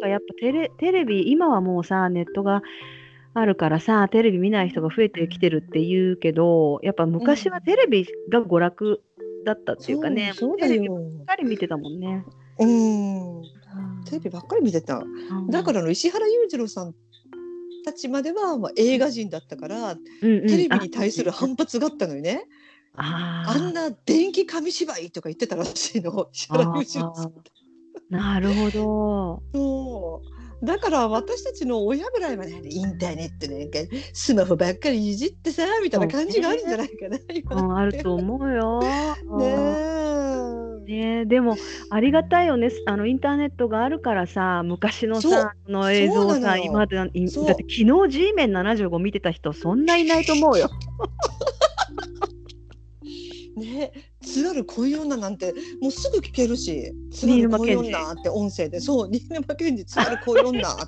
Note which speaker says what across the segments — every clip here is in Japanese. Speaker 1: かやっぱテレテレビ今はもうさネットがあるからさテレビ見ない人が増えてきてるっていうけどやっぱ昔はテレビが娯楽だったっていうかね、
Speaker 2: そうそうだ
Speaker 1: テレビば
Speaker 2: よ。
Speaker 1: っかり見てたもんね。、
Speaker 2: うん。テレビばっかり見てた。だかららあの石原裕次郎さんたちまではまあ映画人だったから、
Speaker 1: うんうん
Speaker 2: テレビに対する反発があったのよね。
Speaker 1: あ
Speaker 2: あん
Speaker 1: な
Speaker 2: な電気紙芝居とか言ってたらしいの。石原裕次郎さんって。
Speaker 1: なるほど。
Speaker 2: そう。だから私たちの親ぐらいまでインターネットなんかスマホばっかりいじってさみたいな感じがあるんじゃないかな。
Speaker 1: う
Speaker 2: 今
Speaker 1: ん、あると思う よ。
Speaker 2: ね
Speaker 1: うん
Speaker 2: え。
Speaker 1: ねでもありがたいよねあのインターネットがあるからさ昔の
Speaker 2: そう
Speaker 1: さその映像
Speaker 2: そう
Speaker 1: を
Speaker 2: な
Speaker 1: さ
Speaker 2: のよ
Speaker 1: 今でい
Speaker 2: そう
Speaker 1: だって昨日 G メン75見てた人そんないないと思 うよ。
Speaker 2: ね津軽恋女なんてもうすぐ聞けるし津軽
Speaker 1: 新沼
Speaker 2: 恋
Speaker 1: 謙治
Speaker 2: 女って音声でそう新沼謙治津軽恋女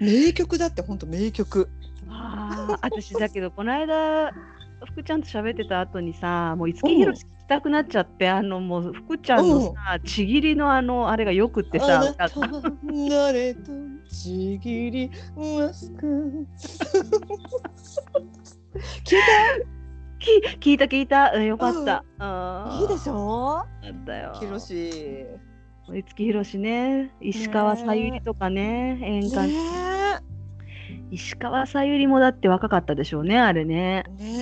Speaker 2: 名曲だって本当名曲
Speaker 1: あー私だけどこの間福ちゃんと喋ってた後にさもう五木ひろし聞きたくなっちゃってあのもう福ちゃんのさちぎりのあのあれがよくってさ
Speaker 2: あな
Speaker 1: 歌
Speaker 2: た
Speaker 1: っ
Speaker 2: 慣れとちぎりますか聞い
Speaker 1: き聞いた聞いた、うん、よかった。
Speaker 2: た
Speaker 1: あ
Speaker 2: いいでしょ
Speaker 1: だったよ。
Speaker 2: ひろしね
Speaker 1: 五木ひろしね石川さゆりとかね演歌石川さゆりもだって若かったでしょうねあれね
Speaker 2: えね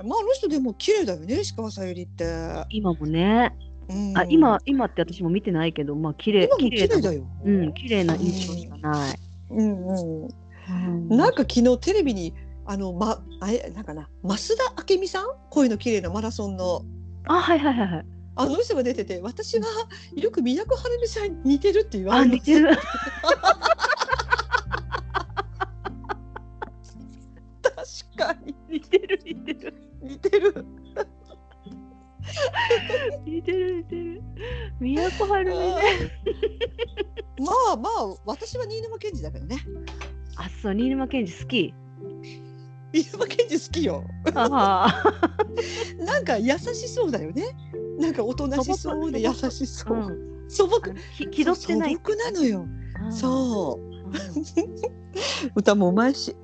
Speaker 2: えまああの人でも綺麗だよね石川さゆりって、
Speaker 1: 今もね、
Speaker 2: うん
Speaker 1: あ今今って私も見てないけどまあ綺麗
Speaker 2: 今も綺
Speaker 1: 綺麗
Speaker 2: 麗
Speaker 1: な
Speaker 2: だよ
Speaker 1: うん綺麗な印象しかない、
Speaker 2: うんうん
Speaker 1: うん
Speaker 2: なんか昨日テレビにあのまあれなんかな増田明美さん恋の綺麗なマラソンの
Speaker 1: あはいはいはいはい
Speaker 2: あの人が出てて私はよく都はるみさんに似てるって言わ
Speaker 1: あ
Speaker 2: れま
Speaker 1: 似
Speaker 2: す
Speaker 1: てる
Speaker 2: 確かに
Speaker 1: 似てる似てる
Speaker 2: 似てる
Speaker 1: 似てる似てる宮古
Speaker 2: あ
Speaker 1: 春美ね
Speaker 2: ーまあまあ私は新沼謙治だけどね
Speaker 1: あそう新沼謙治好き
Speaker 2: 新沼謙治好きよ
Speaker 1: あ
Speaker 2: なんか優しそうだよねなんかおとなしそうで優し
Speaker 1: あ、
Speaker 2: そうう、
Speaker 1: ん、
Speaker 2: 素朴
Speaker 1: あのき気取ってない
Speaker 2: 素朴なのよ
Speaker 1: あー
Speaker 2: そう
Speaker 1: うん
Speaker 2: 歌もうまいし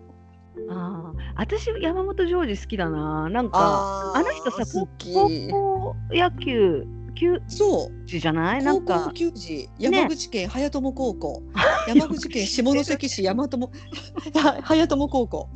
Speaker 1: ああ私山本ジョージ好きだななんか
Speaker 2: あ
Speaker 1: あの人さ
Speaker 2: 好
Speaker 1: 高高
Speaker 2: き
Speaker 1: 校野球球
Speaker 2: そう
Speaker 1: 児じゃないな
Speaker 2: 高
Speaker 1: んか
Speaker 2: 校球児山口県早友高校、山口県下関市山友 は早友高校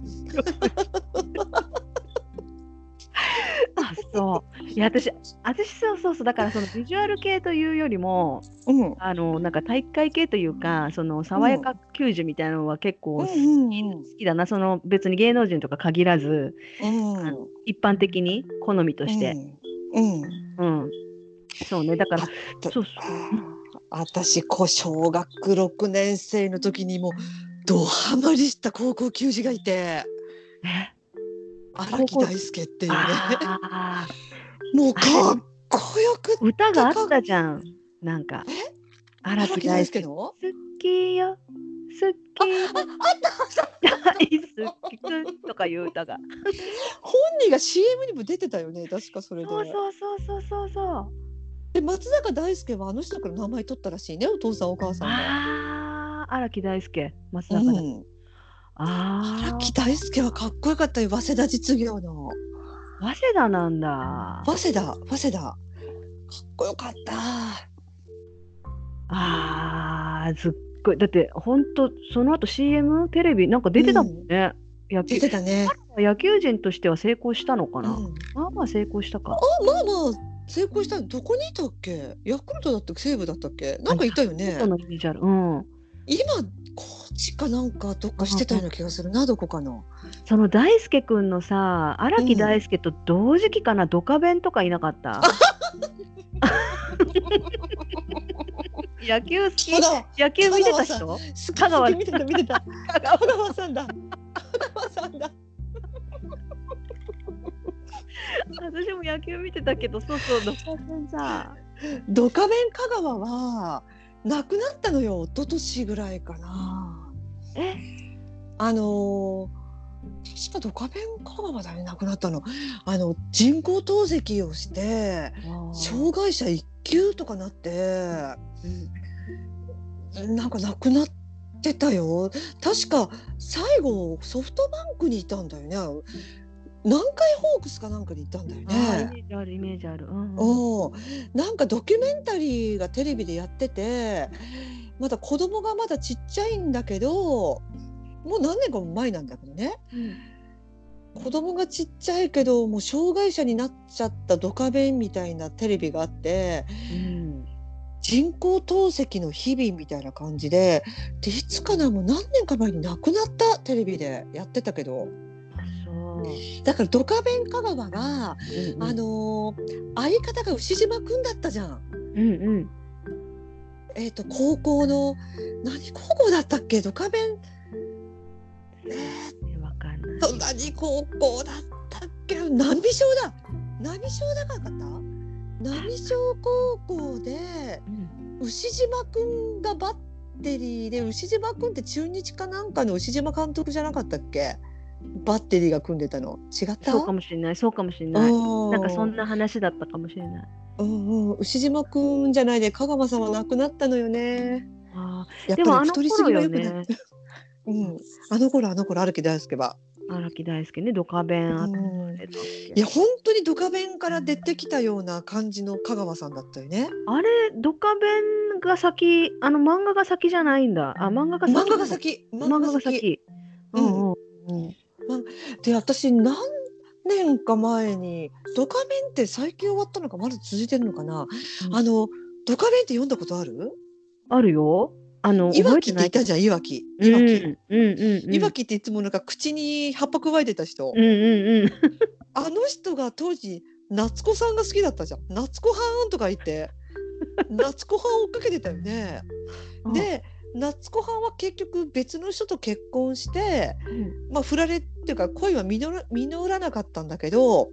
Speaker 1: あそういや私私そうそうそうだからそのビジュアル系というよりも
Speaker 2: うん
Speaker 1: あのなんか体育会系というかその爽やか球児みたいなのは結構
Speaker 2: う
Speaker 1: 好
Speaker 2: ん
Speaker 1: き,、
Speaker 2: うん
Speaker 1: だなその別に芸能人とか限らず
Speaker 2: うん
Speaker 1: あの一般的に好みとして、
Speaker 2: うん、うん
Speaker 1: うんそうねだからそうそう
Speaker 2: 私こう小学六年生の時にもうドハマりした高校球児がいて
Speaker 1: ね
Speaker 2: 荒木大輔っていうね
Speaker 1: あ
Speaker 2: もうかっこよく
Speaker 1: ー歌があったじゃんなんか荒木大輔好
Speaker 2: の
Speaker 1: きよ好きよ 大好きとかいう歌が
Speaker 2: 本人が CM にも出てたよね確かそれで
Speaker 1: そうそうそうそうそうそう。
Speaker 2: で松坂大輔はあの人から名前取ったらしいねお父さんお母さんが。
Speaker 1: ああ、荒木大輔、松
Speaker 2: う
Speaker 1: 坂大。
Speaker 2: ん、
Speaker 1: あ
Speaker 2: 荒
Speaker 1: あ、
Speaker 2: 木大輔はかっこよかったよ早稲田実業の
Speaker 1: 早稲田なんだ。
Speaker 2: 早稲田早稲田かっこよかった
Speaker 1: ああ、すっごい。だって本当その後 CM テレビなんか出てたもんね。野球
Speaker 2: 出てたね、
Speaker 1: 野球人としては成功したのか
Speaker 2: うん、
Speaker 1: な。
Speaker 2: あ
Speaker 1: まあまあ成功したか。
Speaker 2: まあまあ成功したどこにいたっけヤクルトだったっけ西武だったっけなんかいたよね
Speaker 1: そのイメージある。うん。
Speaker 2: 今高知かなんかどっかしてたような気がするなどこかの
Speaker 1: その大輔くんのさ、荒木大輔と同時期かな、ドカベンとかいなかった。 野球好き
Speaker 2: 香。川
Speaker 1: 野球見てた
Speaker 2: 香香
Speaker 1: 人。香
Speaker 2: 川
Speaker 1: 川
Speaker 2: 見てた見てた
Speaker 1: 香川
Speaker 2: 香川さんだ香川さんだ
Speaker 1: 私も野球見てたけど、そうそう、ドカベンさ。
Speaker 2: ドカベン香川はなくなったのよ一昨年ぐらいかな
Speaker 1: え、
Speaker 2: あのー、確かドカベン香川だねなくなったのあの人工透析をして障害者一ギューとかなって、なんかなくなってたよ確か最後ソフトバンクにいたんだよね南海ホークスかなんかにいたんだよ
Speaker 1: あー
Speaker 2: ね。
Speaker 1: イメージあるイメージある。うんうん
Speaker 2: うん、なんかドキュメンタリーがテレビでやっててまだ子供がまだちっちゃいんだけどもう何年かも前なんだけどね子供がちっちゃいけどもう障害者になっちゃったドカベンみたいなテレビがあって
Speaker 1: うん
Speaker 2: 人工透析の日々みたいな感じででいつかなもう何年か前に亡くなったテレビでやってたけど
Speaker 1: あそう
Speaker 2: だからドカベン香川が、
Speaker 1: うん
Speaker 2: あのー相方が牛島くんだったじゃん。
Speaker 1: うんうん
Speaker 2: えっ、と高校の何高校だったっけドカベン
Speaker 1: えわかんない。
Speaker 2: と何高校だったっけ波小だ波小だからかった波小高校で
Speaker 1: うん
Speaker 2: 牛島くんがバッテリーで牛島くんって中日かなんかの牛島監督じゃなかったっけバッテリーが組んでたの違った
Speaker 1: そうかもしれないそうかもしれない。なんかそんな話だったかもしれない。
Speaker 2: うんうん牛島くんじゃないで香川さんは亡くなったのよね
Speaker 1: あ
Speaker 2: や
Speaker 1: ー
Speaker 2: っ
Speaker 1: でも
Speaker 2: ぱ
Speaker 1: あ
Speaker 2: り
Speaker 1: の
Speaker 2: 太りすぎ
Speaker 1: 頃
Speaker 2: は
Speaker 1: よ
Speaker 2: 良くない
Speaker 1: ね、
Speaker 2: うん、あの頃あの頃歩き大好けば
Speaker 1: 荒木大輔ね、ドカベンあっ
Speaker 2: うん
Speaker 1: てたっ
Speaker 2: い
Speaker 1: け
Speaker 2: や本当にドカベンから出てきたような感じの香川さんだったよね。
Speaker 1: あれ、ドカベンが先、あの漫画が先じゃないんだ。あ、漫画が先。
Speaker 2: 漫画が。先
Speaker 1: 漫画が先。うんう
Speaker 2: う
Speaker 1: ん。
Speaker 2: んまで私何年か前にドカベンって最近終わったのかまだ続いてるのかな、
Speaker 1: うん
Speaker 2: あのドカベンって読んだことある
Speaker 1: あるよ。あの、
Speaker 2: いわ
Speaker 1: 覚え
Speaker 2: き
Speaker 1: て
Speaker 2: って
Speaker 1: ないい
Speaker 2: た
Speaker 1: け
Speaker 2: じゃんいわき。
Speaker 1: ど。
Speaker 2: いわき。
Speaker 1: うんうんうん。
Speaker 2: いわきっていつもなんか口に葉っぱ加えてた人、
Speaker 1: うんうんうん。
Speaker 2: あの人が当時夏子さんが好きだったじゃん夏子はんとか言って 夏子はん追っかけてたよね。で夏子はんは結局別の人と結婚して、
Speaker 1: う
Speaker 2: まあ振られっていうか恋は実ら実らなかったんだけど、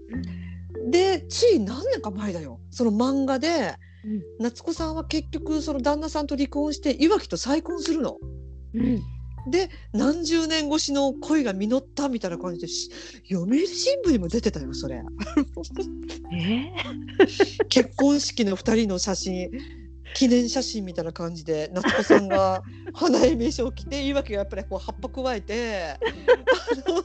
Speaker 2: でつい何年か前だよその漫画で、
Speaker 1: うん
Speaker 2: 夏子さんは結局その旦那さんと離婚していわきと再婚するの。
Speaker 1: うん。
Speaker 2: で何十年越しの恋が実ったみたいな感じでし読売新聞にも出てたよそれ
Speaker 1: え
Speaker 2: 結婚式の2人の写真記念写真みたいな感じで夏子さんが花嫁衣装着ていわきがやっぱりこう葉っぱ加えてあの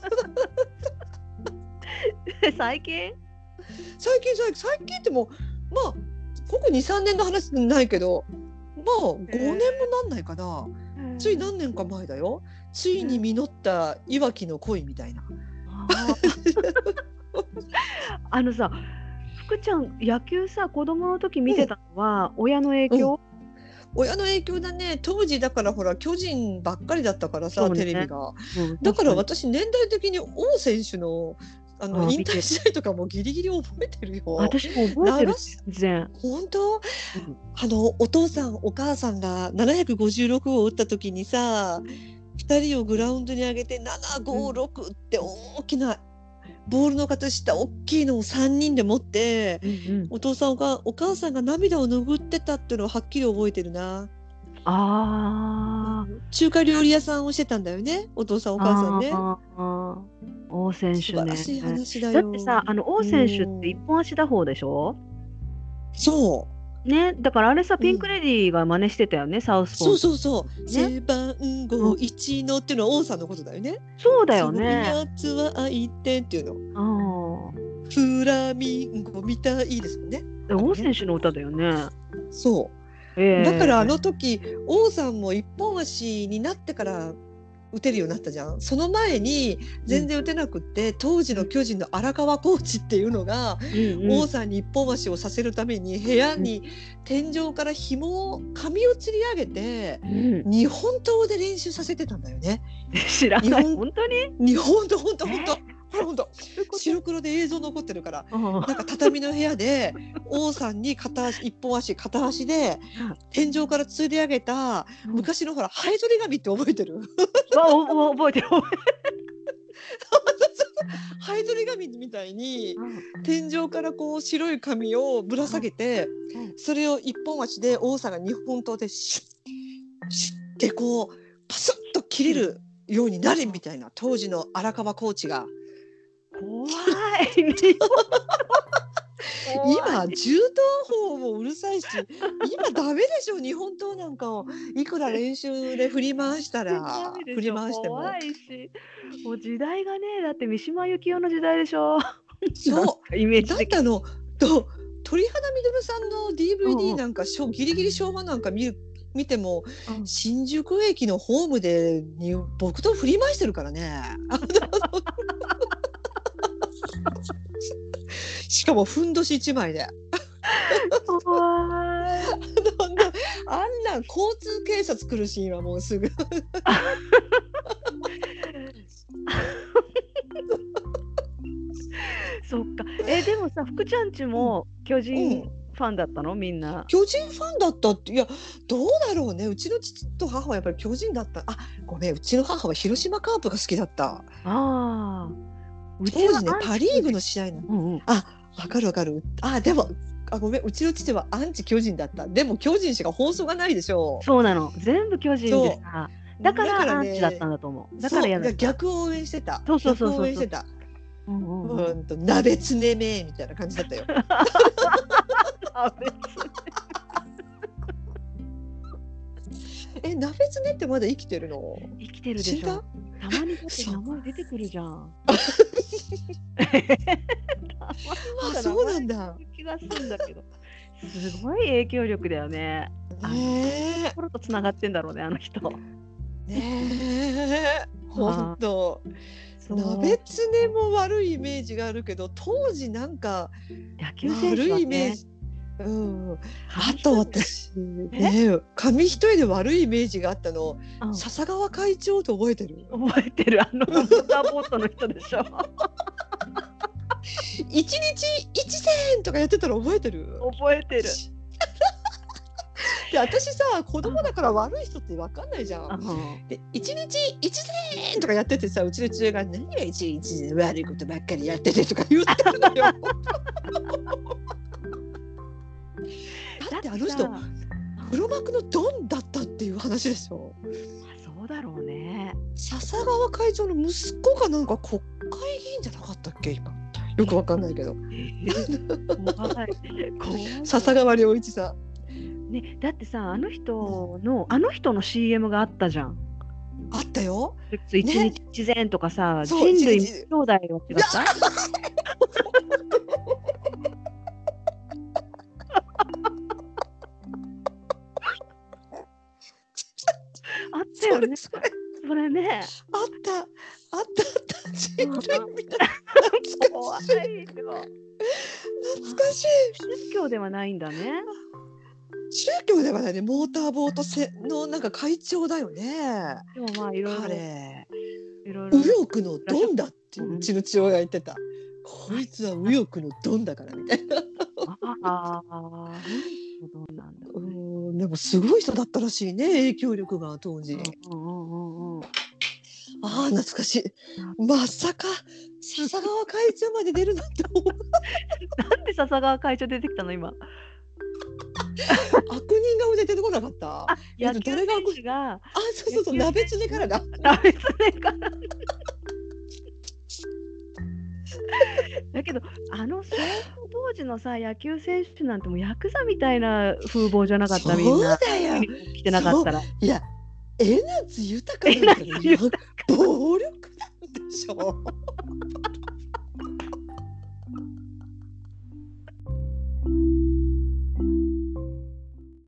Speaker 1: ー最近
Speaker 2: 最近最近最近ってもうまあここ23年の話ないけどまあ5
Speaker 1: へ
Speaker 2: 年
Speaker 1: ー
Speaker 2: もなんないかな、つい何年か前だよついに実ったいわきの恋みたいな。
Speaker 1: あー あのさ、福ちゃん、野球さ、子供の時見てたのは、親の影響
Speaker 2: 親の影響だね当時だからほら巨人ばっかりだったからさ、
Speaker 1: そうね
Speaker 2: テレビが
Speaker 1: うん
Speaker 2: だから
Speaker 1: 確
Speaker 2: 私年代的に王選手のあの
Speaker 1: あー
Speaker 2: 引
Speaker 1: 見て
Speaker 2: 退
Speaker 1: る
Speaker 2: 試合とかもギリギリ覚えてるよ
Speaker 1: かに私も覚えてる
Speaker 2: 流し、
Speaker 1: 全然。
Speaker 2: 本当、あのお父さんお母さんが756を打った時にさ2人をグラウンドに上げて756って大きなボールの形した大きいのを3人で持って
Speaker 1: うんうん
Speaker 2: お父さんがお母さんが涙を拭ってたっていうのをはっきり覚えてるな。
Speaker 1: あ
Speaker 2: 中華料理屋さんをしてたんだよねお父さん
Speaker 1: お
Speaker 2: お母さんね
Speaker 1: 王選
Speaker 2: 素
Speaker 1: 手
Speaker 2: 晴
Speaker 1: ね
Speaker 2: らしい話だ
Speaker 1: だ
Speaker 2: よ
Speaker 1: ってさあの王選手って一本足打法でしょ
Speaker 2: そ
Speaker 1: ねだからあれさ
Speaker 2: ん
Speaker 1: ピンク・レディーが真似してたよね、サウ
Speaker 2: う
Speaker 1: スポ
Speaker 2: そう
Speaker 1: ー
Speaker 2: そうそう、
Speaker 1: ね
Speaker 2: 背番号1のっていうのは王さんのことだよね
Speaker 1: そうだよね
Speaker 2: そのやつは相手っていうの
Speaker 1: うん
Speaker 2: フラミンゴみたいですもんね
Speaker 1: で王選手の歌だよね、
Speaker 2: そ
Speaker 1: え
Speaker 2: う
Speaker 1: え
Speaker 2: だからあの時王さんも一本足になってから打てるようになったじゃんその前に全然打てなくって、当時の巨人の荒川コーチっていうのが
Speaker 1: うんうん
Speaker 2: 王さんに一本足をさせるために部屋に天井から紐を紙を吊り上げて
Speaker 1: うん
Speaker 2: 日本刀で練習させてたんだよね。
Speaker 1: 知らない
Speaker 2: 日本
Speaker 1: 本当に
Speaker 2: 日本刀本当本当
Speaker 1: え
Speaker 2: ほら本当白黒で映像残ってる から。
Speaker 1: うん
Speaker 2: なんか畳の部屋で王さんに片足一本足片足で天井から吊り上げた昔のほらハエ取り紙って覚えてる
Speaker 1: わおお覚えてる覚えて
Speaker 2: ハエ取り紙みたいに
Speaker 1: る
Speaker 2: 天井からこう白い紙をぶら下げて、
Speaker 1: うん
Speaker 2: それを一本足で王さんが日本刀でシュッシュッてこうパスッと切れるようになれみたいな当時の荒川コーチが
Speaker 1: 怖い日本刀
Speaker 2: 今銃刀法もうるさいし今ダメでしょ日本刀なんかをいくら練習で振り回したら振り回しても
Speaker 1: 怖いしもう時代がねだって三島由紀夫の時代でしょ
Speaker 2: そう
Speaker 1: うイメー
Speaker 2: だ
Speaker 1: ジ
Speaker 2: って
Speaker 1: 的
Speaker 2: あのと鳥肌みどるさんの
Speaker 1: うんう
Speaker 2: DVD
Speaker 1: ん
Speaker 2: なんか、しょギリギリ昭和なんか見る見ても
Speaker 1: うん
Speaker 2: 新宿駅のホームでに僕と振り回してるから ね。あのしかもふんどし一枚で。
Speaker 1: 怖い
Speaker 2: あんなあんなん交通警察来るシーンはもうすぐ。
Speaker 1: そっかえでもさ福ちゃんちも巨人ファンだったのみんな
Speaker 2: 巨人ファンだったっていやどうだろうねうちの父と母はやっぱり巨人だったあごめんうちの母は広島カープが好きだった
Speaker 1: ああう
Speaker 2: 当時ね
Speaker 1: アンチ
Speaker 2: パ・リーグの試合なの
Speaker 1: うんうん
Speaker 2: あわかるわかるあでもあごめんうちの父はアンチ巨人だったでも巨人しか放送がないでしょ
Speaker 1: そうなの全部巨人でさ
Speaker 2: う
Speaker 1: だからアン
Speaker 2: ね
Speaker 1: チだったんだと思うだからや
Speaker 2: そ
Speaker 1: だ
Speaker 2: う逆を応援してた
Speaker 1: そうそうそう
Speaker 2: 逆を
Speaker 1: そう
Speaker 2: 応援してた
Speaker 1: うん
Speaker 2: う
Speaker 1: うんうん
Speaker 2: ーんと鍋つねめみたいな感じだ ったよ
Speaker 1: あ別
Speaker 2: え鍋つねってまだ生きてるの
Speaker 1: に生きてるで
Speaker 2: 死ん
Speaker 1: し
Speaker 2: だ
Speaker 1: ょたまにだって
Speaker 2: そう
Speaker 1: 名前出てくるじゃ ん。
Speaker 2: あそうなんだ
Speaker 1: 気がするんだけど。すごい影響力だよね。
Speaker 2: ね
Speaker 1: 心とつながってんだろうね、あの人。
Speaker 2: え ねえ本当鍋
Speaker 1: そう
Speaker 2: つねも悪いイメージがあるけど当時なんか
Speaker 1: 野球選
Speaker 2: 悪
Speaker 1: 手はい
Speaker 2: イメー
Speaker 1: ね。
Speaker 2: ジ、うんあ
Speaker 1: 紙一
Speaker 2: と
Speaker 1: 重
Speaker 2: 私ね紙一重で悪いイメージがあったの
Speaker 1: うん
Speaker 2: 笹川会長と覚えてる
Speaker 1: 覚えてる、あの、モーターボートの人で しょ。
Speaker 2: 一日一銭とかやってたら覚えてる
Speaker 1: 覚えてる。
Speaker 2: で私さ子供だから悪い人って分かんないじゃん。
Speaker 1: うん
Speaker 2: で一日一銭とかやっててさうちの父親が何が一日一銭悪いことばっかりやっててとか言ってる のよ。だってあの人
Speaker 1: だってさ
Speaker 2: 黒幕のドンだったっていう話でしょ。
Speaker 1: そうだろうね。
Speaker 2: 笹川会長の息子がなんか国会議員じゃなかったっけ今。よくわかんないけど
Speaker 1: 怖い。怖い
Speaker 2: 笹川良一さん。
Speaker 1: ね、だってさ、あの人の、あの人の CM があったじゃん。
Speaker 2: あったよ。
Speaker 1: 一日一善とかさ、
Speaker 2: そう
Speaker 1: 人類
Speaker 2: 一日
Speaker 1: 兄弟をってか さ、あったよね。
Speaker 2: それそれ
Speaker 1: それ
Speaker 2: あ
Speaker 1: ね、
Speaker 2: ったあったあった人類みたい
Speaker 1: 怖いよ。
Speaker 2: な懐かしい。
Speaker 1: 宗教ではないんだね。
Speaker 2: 宗教ではないねモーターボートせのなんか会長だよね
Speaker 1: でもまあいろいろ、
Speaker 2: 彼
Speaker 1: いろいろ
Speaker 2: 右翼のドンだってうちの父親が言ってた、こいつは右翼のドンだからみたいな
Speaker 1: ああ、どうなんだろ
Speaker 2: う
Speaker 1: うね。
Speaker 2: んでもすごい人だったらしいね影響力が当時、
Speaker 1: うんうんうんう
Speaker 2: あ
Speaker 1: ん。
Speaker 2: あ懐かしいまさか笹川会長まで出るなんて思う
Speaker 1: なんで笹川会長出てきたの今。
Speaker 2: 悪人顔で出てこなかったあ
Speaker 1: 野球
Speaker 2: 誰
Speaker 1: 選
Speaker 2: が
Speaker 1: 手が
Speaker 2: そうそうそう
Speaker 1: 野球
Speaker 2: 鍋つねからだ
Speaker 1: ダメですねから。だけどあのその当時のさ野球選手なんてもうヤクザみたいな風貌じゃなかったみん
Speaker 2: そう
Speaker 1: な
Speaker 2: だよ
Speaker 1: 着てなかったら
Speaker 2: いや江夏豊だけど
Speaker 1: 江夏豊
Speaker 2: 暴力なんでしょ